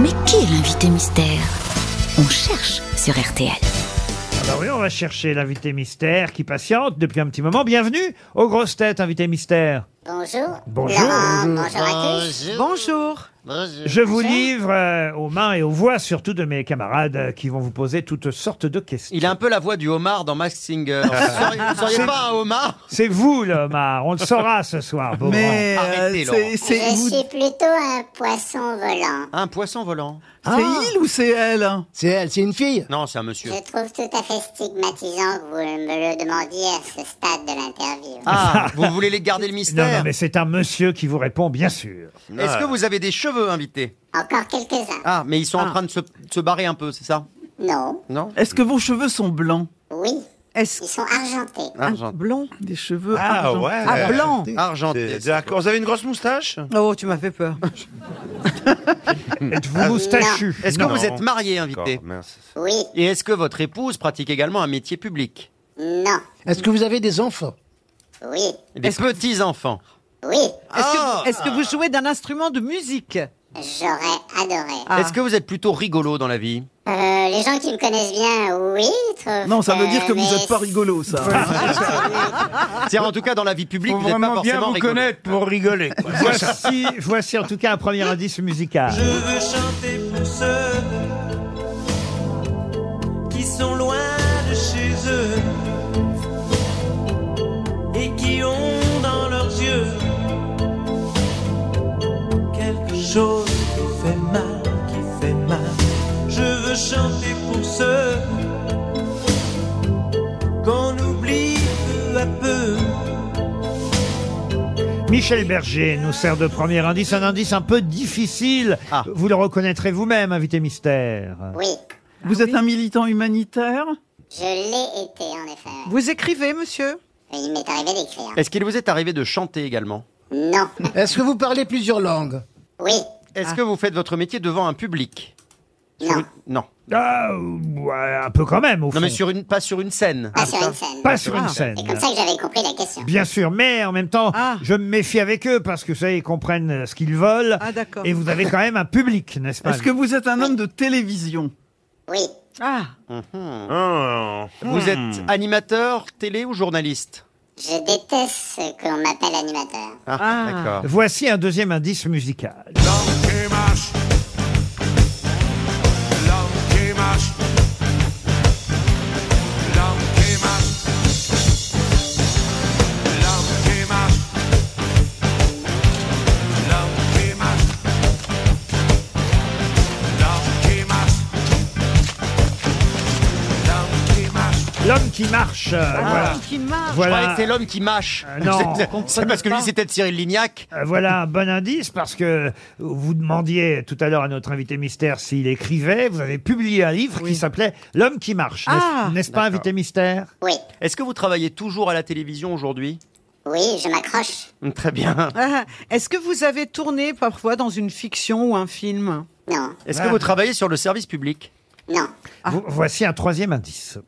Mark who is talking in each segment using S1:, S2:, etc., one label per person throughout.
S1: Mais qui est l'invité mystère On cherche sur RTL.
S2: Ah bah oui, on va chercher l'invité mystère qui patiente depuis un petit moment. Bienvenue aux grosses têtes, invité mystère.
S3: Bonjour.
S2: Bonjour.
S3: Laurent, bonjour à tous.
S4: Bonjour.
S2: Je vous livre euh, aux mains et aux voix surtout de mes camarades euh, qui vont vous poser toutes sortes de questions.
S4: Il a un peu la voix du homard dans Max Singer. Vous seriez- vous seriez pas un homard
S2: C'est vous le homard, on le saura ce soir. Beaugrand.
S5: Mais
S4: Arrêtez,
S5: euh, c'est- c'est
S6: Eh,
S3: Je
S5: vous-
S3: suis plutôt un poisson volant.
S4: Un poisson volant
S5: c'est
S6: Ah.
S5: il ou c'est elle hein
S7: C'est elle, c'est une fille
S4: Non, c'est un monsieur.
S3: Je trouve tout à fait stigmatisant que vous me le demandiez à ce stade de l'interview.
S4: Ah, vous voulez les garder le
S2: Non, non,
S4: mystère
S2: mais c'est un monsieur qui vous répond, bien sûr.
S4: Est-ce que vous avez des cheveux invités
S3: Encore quelques-uns.
S4: Ah, mais ils sont en train de se, de se barrer un peu, c'est ça
S3: Non.
S4: Non
S5: Est-ce que vos cheveux sont blancs
S3: Oui.
S6: Est-ce
S3: Ils sont argentés.
S4: Argent-
S6: blond
S5: Des cheveux
S8: Ah
S5: argent-
S8: ouais.
S6: Ah, blanc
S4: Argenté.
S8: C'est- D'accord. Vous avez une grosse moustache
S6: Oh, tu m'as fait peur.
S2: Êtes-vous moustachu
S4: Hmm. Ah, Est-ce que
S8: Non.
S4: vous êtes marié invité
S8: D'accord, mince.
S3: Oui.
S4: Et est-ce que votre épouse pratique également un métier public
S3: Non.
S7: Est-ce que vous avez des enfants
S3: Oui.
S4: Des petits-enfants
S3: Oui.
S6: Est-ce
S4: Ah
S6: que, est-ce que vous jouez d'un instrument de musique
S3: J'aurais adoré.
S6: Ah.
S4: Est-ce que vous êtes plutôt rigolo dans la vie
S3: Euh, les gens qui me connaissent bien, oui. trouvent
S5: Non, ça veut dire que vous
S3: mais
S5: n'êtes pas rigolo, ça.
S4: C'est en tout cas dans la vie publique,
S8: Faut
S4: vous n'êtes pas
S8: vraiment bien
S4: forcément
S8: vous
S4: rigolo.
S8: connaître pour rigoler. quoi.
S2: voici, voici en tout cas un premier indice musical.
S9: Je veux chanter pour ceux qui sont loin de chez eux et qui ont dans leurs yeux quelque chose qui fait mal, qui fait mal. Je veux chanter pour ceux qu'on oublie peu à peu.
S2: Michel Berger nous sert de premier indice, un indice un peu difficile.
S4: Ah.
S2: Vous le reconnaîtrez vous-même, invité mystère.
S3: Oui.
S5: Vous êtes un militant humanitaire
S3: Je l'ai été, en effet.
S6: Vous écrivez, monsieur
S3: Il m'est arrivé d'écrire.
S4: Est-ce qu'il vous est arrivé de chanter également
S3: Non.
S7: Est-ce que vous parlez plusieurs langues
S3: Oui.
S2: Ah.
S4: Est-ce que vous faites votre métier devant un public Sur
S3: Non.
S4: une- Non.
S2: Ah, ouais, un peu quand même, au fond.
S4: Non, mais sur une... pas sur une scène.
S3: Pas Ah, sur une scène.
S2: Pas sur une
S6: Ah.
S2: scène.
S3: C'est comme ça que j'avais compris la question.
S2: Bien sûr, mais en même temps,
S6: Ah.
S2: je me méfie avec eux parce que, vous savez, ils comprennent euh, ce qu'ils veulent.
S6: Ah, d'accord.
S2: Et vous avez quand même un public, n'est-ce pas
S5: Est-ce que vous êtes un homme de télévision
S3: Oui.
S6: Ah,
S8: Oh.
S4: Vous êtes animateur, télé ou journaliste
S3: Je déteste ce qu'on m'appelle animateur.
S4: Ah, d'accord.
S2: Voici un deuxième indice musical.
S9: L'homme qui marche, l'homme qui marche, l'homme qui marche, l'homme qui marche, l'homme qui marche, l'homme qui marche, l'homme qui marche.
S2: L'homme qui marche. euh,
S6: Ah.
S2: voilà.
S6: qui marche
S4: Je croyais
S2: Voilà.
S4: que c'est l'homme qui mâche.
S2: Euh, non,
S4: C'est-
S2: on
S4: c'est parce que lui, c'était de Cyril Lignac.
S2: Euh, Voilà un bon indice parce que vous demandiez tout à l'heure à notre invité mystère s'il écrivait. Vous avez publié un livre qui s'appelait L'homme qui marche, n'est-ce-
S6: Ah.
S2: n'est-ce pas, invité mystère
S3: Oui.
S4: Est-ce que vous travaillez toujours à la télévision aujourd'hui
S3: Oui, je m'accroche.
S4: Hum, Très bien.
S6: Ah, Est-ce que vous avez tourné parfois dans une fiction ou un film
S3: Non.
S4: Est-ce que vous travaillez sur le service public
S3: Non.
S6: Ah.
S2: Vo- Voici un troisième indice.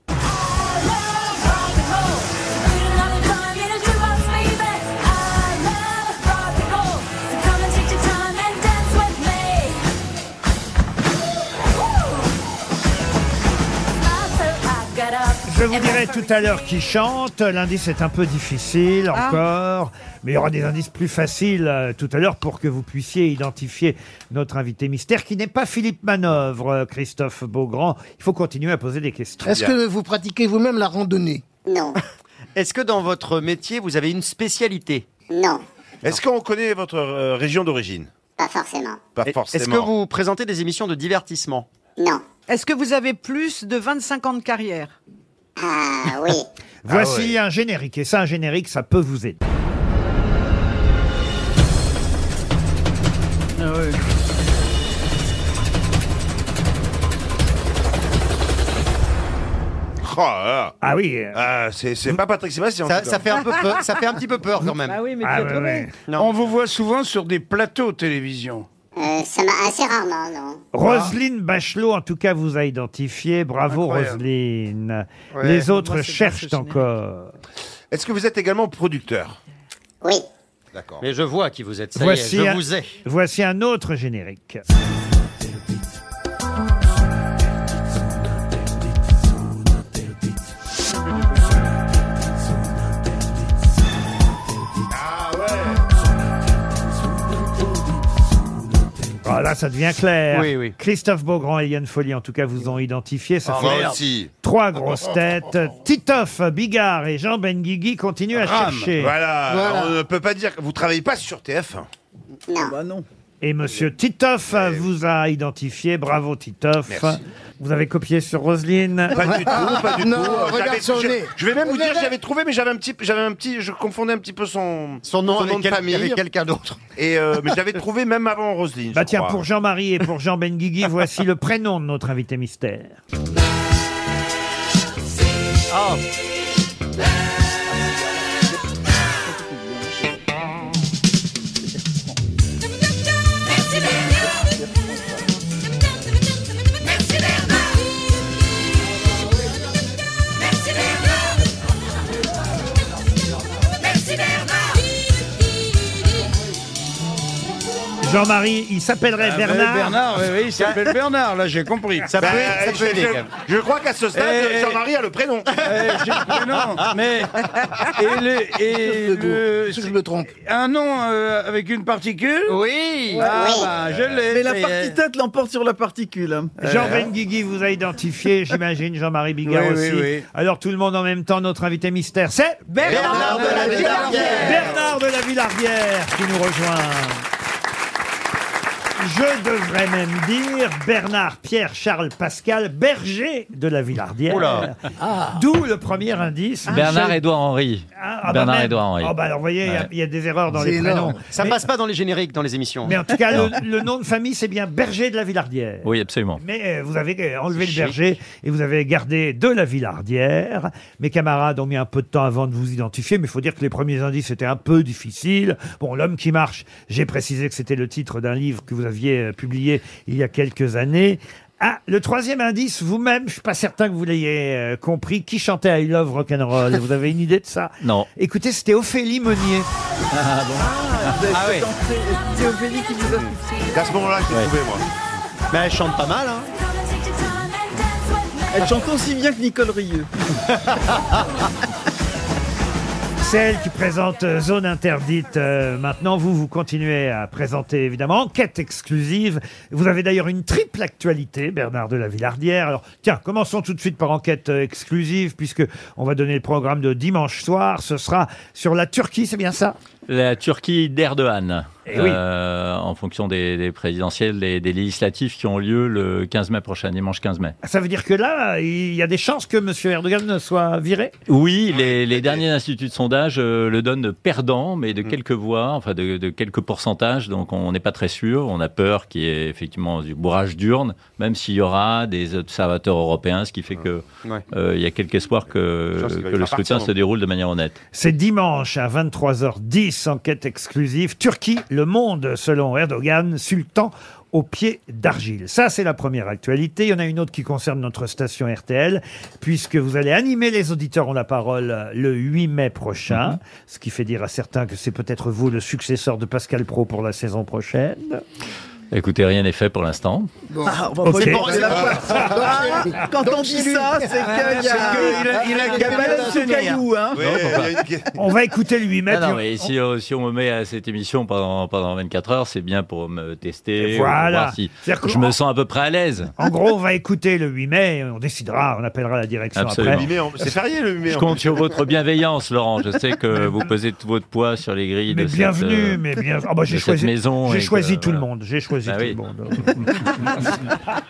S2: Je vous dirai tout à l'heure qui chante. L'indice est un peu difficile encore, mais il y aura des indices plus faciles euh, tout à l'heure pour que vous puissiez identifier notre invité mystère qui n'est pas Philippe Manœuvre, euh, Christophe Beaugrand. Il faut continuer à poser des questions.
S7: Est-ce
S6: Euh,
S7: que vous pratiquez vous-même la randonnée
S3: Non.
S4: Est-ce que dans votre métier, vous avez une spécialité
S3: Non.
S8: Est-ce qu'on connaît votre euh, région d'origine
S3: Pas forcément.
S8: Pas forcément.
S4: Est-ce que vous présentez des émissions de divertissement
S3: Non.
S6: Est-ce que vous avez plus de 25 ans de carrière
S3: Ah oui.
S2: Voici
S8: Ah ouais.
S2: un générique, et ça, un générique, ça peut vous aider.
S8: Oh, ah,
S2: Ah oui. euh,
S8: ah, c'est c'est pas Patrick Sébastien. en
S4: ça,
S8: tout cas.
S4: ça fait un peu peur- ça fait un petit peu peur quand même.
S6: Bah oui, mais
S2: ah ouais, ouais.
S4: Non.
S10: On vous voit souvent sur des plateaux télévision.
S3: Euh, ça m'a assez rarement, non.
S2: Roselyne Bachelot, en tout cas, vous a identifié. Bravo,
S10: Incroyable.
S2: Roselyne.
S4: Ouais.
S2: Les autres
S6: Moi, c'est bien,
S2: cherchent
S6: ce générique.
S2: encore.
S8: Est-ce que vous êtes également producteur
S3: Oui.
S8: D'accord.
S4: Mais je vois qui vous êtes. Ça y est,
S2: Voici
S4: je
S2: un-
S4: vous ai.
S2: Voici un autre générique.
S9: interdite.
S2: Ah, là, ça devient clair.
S11: Oui, oui.
S2: Christophe Beaugrand et Yann Folly, en tout cas, vous ont identifié. Ça fait
S8: Moi aussi.
S2: trois grosses têtes. Titoff, Bigard et Jean Benguigui continuent à
S10: Rame,
S2: chercher.
S8: Voilà. on ne peut pas dire que vous travaillez pas sur TF1.
S12: Ah
S3: Non.
S12: Bah non.
S2: Et Monsieur Titoff vous a identifié. Bravo Titoff.
S8: Merci.
S2: Vous avez copié sur Roselyne.
S8: Pas du tout, pas du
S7: Non,
S8: tout. Euh,
S7: regarde
S8: j'avais-
S7: son
S8: je-
S7: nez.
S8: Je vais même vous
S7: Mais
S8: dire,
S7: là-
S8: j'avais trouvé, mais j'avais un petit, j'avais un petit, je confondais un petit peu son
S11: Son nom, avec,
S8: de
S11: quel-
S8: famille.
S11: avec quelqu'un d'autre.
S8: Et euh, mais j'avais trouvé même avant Roselyne. je
S2: Bah tiens,
S8: crois.
S2: pour Jean-Marie et pour Jean Benguigui, voici le prénom de notre invité mystère.
S11: Ah,
S2: Jean-Marie, il s'appellerait
S10: Ah, mais
S2: Bernard.
S10: Bernard, oui, oui, il s'appelle Bernard, là, j'ai compris.
S11: ça peut,
S8: Bah,
S11: ça
S8: je,
S11: peut aider.
S8: je-
S11: quand même.
S8: je crois qu'à ce stade,
S10: Eh, eh.
S8: Jean-Marie a le prénom.
S2: Eh,
S10: Euh, j'ai- mais non,
S11: Ah.
S10: mais. Et le. Et
S7: Sauf que
S10: le-
S7: je me trompe.
S10: un nom euh, avec une particule
S11: Oui.
S10: Ah,
S3: Oui.
S10: bah, je l'ai.
S12: Mais la
S10: ça y est.
S12: partie tête l'emporte sur la particule. hein.
S2: Jean
S10: Euh.
S2: Benguigui vous a identifié, j'imagine, Jean-Marie Bigard
S10: Oui, oui,
S2: aussi.
S10: oui.
S2: Alors tout le monde en même temps, notre invité mystère, c'est
S11: Bernard de la Villardière.
S2: Bernard de la Villardière qui nous rejoint. Je devrais même dire Bernard Pierre Charles Pascal Berger de la Villardière.
S11: Oula.
S2: Ah. D'où le premier indice. Michel-
S4: Édouard Henry.
S2: Ah, ah, bah
S4: Ah. Bernard
S2: même.
S4: Édouard Henry.
S2: Ah bah alors vous voyez, il y a-
S4: Ouais.
S2: il y, a des erreurs dans
S7: C'est
S2: les prénoms.
S7: énorme.
S11: Ça
S2: mais,
S11: passe pas dans les génériques, dans les émissions.
S2: mais en tout cas, le, le nom de famille c'est bien Berger de la Villardière.
S4: Oui, absolument.
S2: Mais euh, vous avez euh, enlevé le
S11: Chic.
S2: berger et vous avez gardé de la Villardière. Mes camarades ont mis un peu de temps avant de vous identifier, mais il faut dire que les premiers indices étaient un peu difficiles. Bon, L'homme qui marche, j'ai précisé que c'était le titre d'un livre que vous aviez euh, publié il y a quelques années. Ah, le troisième indice, vous-même, je suis pas certain que vous l'ayez euh, compris. Qui chantait I Love Rock'n'Roll Vous avez une idée de ça
S4: Non.
S2: Écoutez, c'était Ophélie Meunier.
S11: Ah oui.
S12: C'est Ophélie qui vous a
S2: eh.
S8: C'est à ce moment-là que j'ai trouvé, moi.
S11: Mais elle chante pas mal. Hein.
S12: Elle chante aussi bien que Nicole Rieux.
S2: C'est elle qui présente euh, Zone Interdite euh, maintenant. Vous, vous continuez à présenter évidemment Enquête exclusive. Vous avez d'ailleurs une triple actualité, Bernard de la Villardière. Alors, tiens, commençons tout de suite par Enquête euh, exclusive, puisque on va donner le programme de dimanche soir. Ce sera sur la Turquie, c'est bien ça
S4: La Turquie d'Erdogan.
S2: Eh oui.
S4: Euh, en fonction des, des présidentielles, des, des législatives qui ont lieu le 15 mai prochain, dimanche 15 mai.
S2: Ça veut dire que là, il y a des chances que M. Erdogan ne soit viré
S4: Oui, les, les derniers instituts de sondage euh, le donnent de perdant, mais de quelques voix, enfin de, de quelques pourcentages, donc on n'est pas très sûr. On a peur qu'il y ait effectivement du bourrage d'urne, même s'il y aura des observateurs européens, ce qui fait que
S11: Ouais.
S4: euh, il y a quelque espoir
S8: Je
S4: que,
S8: pense qu'il va
S4: que le
S8: y faire
S4: scrutin
S8: partir,
S4: se déroule de manière honnête.
S2: C'est dimanche à 23h10, enquête exclusive. Turquie, le monde, selon Erdogan, sultan au pied d'argile. Ça, c'est la première actualité. Il y en a une autre qui concerne notre station RTL, puisque vous allez animer les auditeurs ont la parole euh, le 8 mai prochain,
S4: Mhm.
S2: ce qui fait dire à certains que c'est peut-être vous le successeur de Pascal Pro pour la saison prochaine.
S4: Écoutez, rien n'est fait pour l'instant.
S12: Ah, on va
S2: Ok.
S12: pas lui
S2: Bon,
S12: porter la poisse. Ah, Quand on dit ça, c'est qu'il y a.
S10: Ah, que il a- il a
S12: il y a
S10: capable
S12: balade
S10: de
S12: sous
S10: tenir.
S12: caillou, hein.
S8: Oui, il y a une-
S2: On va écouter le 8 mai.
S4: Non, Ah
S2: puis on-
S4: non, mais si, on- si on me met à cette émission pendant, pendant 24 heures, c'est bien pour me tester,
S2: Et
S4: pour
S2: voilà.
S4: voir si
S2: C'est-à-dire que-
S4: je me sens à peu près à l'aise.
S2: En gros, on va écouter le 8 mai, et on décidera, on appellera la direction
S4: Absolument.
S8: Le
S2: après.
S8: huit mai, on- C'est férié le 8 mai.
S4: Je
S8: en
S4: compte
S8: plus.
S4: sur votre bienveillance, Laurent. Je sais que vous pesez tout votre poids sur les grilles
S2: Mais
S4: de cette,
S2: bienvenue,
S4: euh,
S2: mais bien. Ah bah, j'ai
S4: de cette
S2: choisi,
S4: maison
S2: j'ai
S4: et que,
S2: choisi tout
S4: voilà.
S2: le monde. J'ai choisi
S4: Bah
S2: tout
S4: oui.
S2: le monde.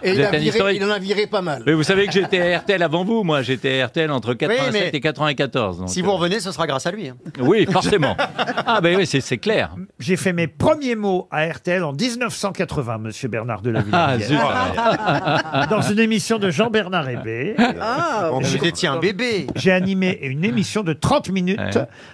S7: Et
S4: Vous
S7: il, a
S4: êtes un
S7: viré,
S4: historique.
S7: il en a viré pas mal.
S4: Mais vous savez que j'étais RTL avant vous, moi. J'étais RTL entre 87
S11: mais-
S4: et 94. donc,
S11: Si
S4: euh,
S11: vous revenez, ce sera grâce à lui. hein.
S4: Oui, forcément. Ah, ben oui, c'est- c'est clair.
S2: J'ai fait mes premiers mots à RTL en 1980, monsieur Bernard de la
S4: Ah,
S2: Villardière,
S4: zut.
S2: dans une émission de Jean-Bernard Hébé.
S12: Ah,
S8: Bon,
S11: Vous étiez un bébé.
S2: J'ai animé une émission de 30 minutes
S4: Ouais.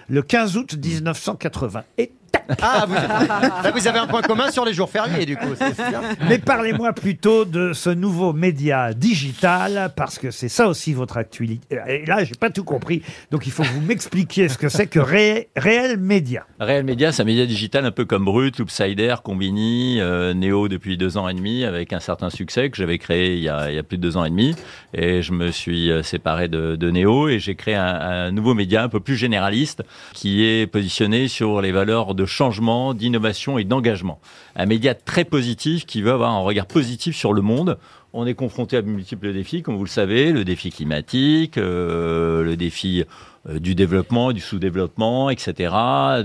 S2: le 15 août 1980. Et tac.
S11: Ah, vous, là, vous avez un point commun sur les jours fériés, du coup. c'est bien.
S2: Mais parlez-moi plutôt de ce nouveau média digital, parce que c'est ça aussi votre actualité. Et là, j'ai pas tout compris, donc il faut que vous m'expliquiez ce que c'est que Ré- Réel Média.
S4: Real Media, c'est un média digital un peu comme Brut, Loopsider, Combini, euh, Neo depuis deux ans et demi, avec un certain succès que j'avais créé il y, a, il y a plus de deux ans et demi. Et je me suis euh, séparé de, de Neo et j'ai créé un, un nouveau média un peu plus généraliste qui est positionné sur les valeurs de changement, d'innovation et d'engagement. Un média très positif qui veut avoir un regard positif sur le monde. On est confronté à de multiples défis, comme vous le savez, le défi climatique, euh, le défi euh, du développement, du sous-développement, etc.,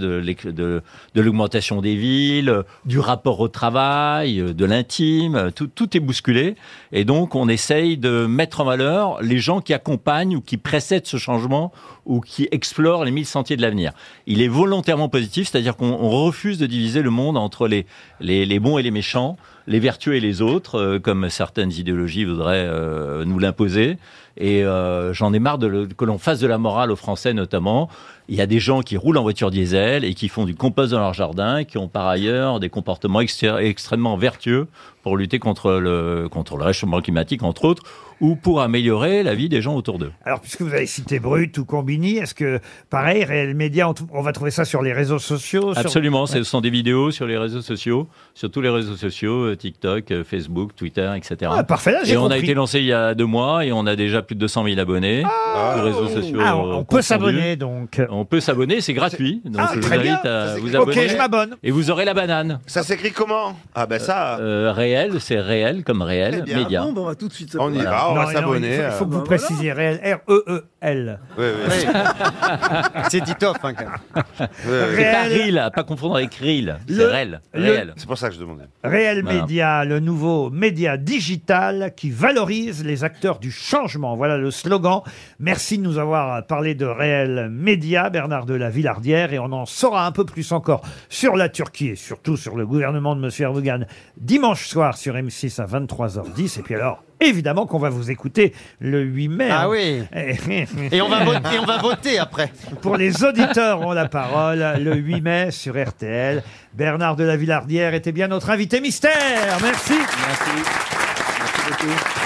S4: de, l'éc- de- de l'augmentation des villes, euh, du rapport au travail, euh, de l'intime, euh, tout, tout est bousculé. Et donc, on essaye de mettre en valeur les gens qui accompagnent ou qui précèdent ce changement ou qui explorent les mille sentiers de l'avenir. Il est volontairement positif, c'est-à-dire qu'on on refuse de diviser le monde entre les, les, les bons et les méchants, les vertueux et les autres, euh, comme certaines idéologies voudraient euh, nous l'imposer. Et euh, j'en ai marre de le- que l'on fasse de la morale aux Français notamment. Il y a des gens qui roulent en voiture diesel et qui font du compost dans leur jardin, qui ont par ailleurs des comportements exté- extrêmement vertueux pour lutter contre le, contre le réchauffement climatique, entre autres, ou pour améliorer la vie des gens autour d'eux.
S2: Alors, puisque vous avez cité Brut ou Combini, est-ce que, pareil, Réel Média, on, t- on va trouver ça sur les réseaux sociaux sur-
S4: Absolument, ce sont des vidéos sur les réseaux sociaux, sur tous les réseaux sociaux, euh, TikTok, euh, Facebook, Twitter, etc.
S2: Ah, parfait, là, j'ai
S4: Et on a
S2: compris.
S4: été lancé il y a deux mois et on a déjà plus de 200 000 abonnés. tous les réseaux sociaux.
S2: Ah,
S4: euh,
S2: on, on peut
S4: confondus.
S2: s'abonner, donc.
S4: On peut s'abonner, c'est gratuit. Donc
S2: Ah,
S4: je vous
S2: très bien.
S4: invite à
S8: Ça, c'est
S4: vous
S8: cool.
S4: abonner.
S2: Ok, je m'abonne.
S4: Et vous aurez la banane.
S8: Ça s'écrit comment Ah ben ça,
S4: Euh, réel, c'est réel comme
S8: Très
S4: réel,
S8: bien.
S4: média.
S12: Bon, bah, on va tout de suite.
S8: on y va, Ah, on
S2: Non,
S8: va
S2: non,
S8: s'abonner.
S2: Il faut, il faut que
S8: euh.
S2: vous
S12: bah voilà.
S2: précisiez Réel, E R-E-E-L.
S8: Oui, oui,
S11: C'est Titoff, hein, quand même.
S8: oui, oui.
S4: C'est pas
S2: Réel.
S4: Reel, à pas confondre avec Reel. C'est
S2: Le-
S4: réel.
S2: le-
S4: Réel.
S8: C'est pour ça que je demandais.
S2: Réel
S4: Voilà.
S2: Média, le nouveau média digital qui valorise les acteurs du changement. Voilà le slogan. Merci de nous avoir parlé de Réel Média, Bernard de la Villardière, et on en saura un peu plus encore sur la Turquie et surtout sur le gouvernement de M. Erdogan dimanche soir sur M6 à 23h10. Et puis alors, évidemment qu'on va vous écouter le 8 mai.
S11: Ah
S2: hein.
S11: oui. Et on, va voter, et on va voter après.
S2: Pour les auditeurs ont la parole, le 8 mai sur RTL, Bernard de la Villardière était bien notre invité mystère. Merci.
S10: Merci. Merci beaucoup.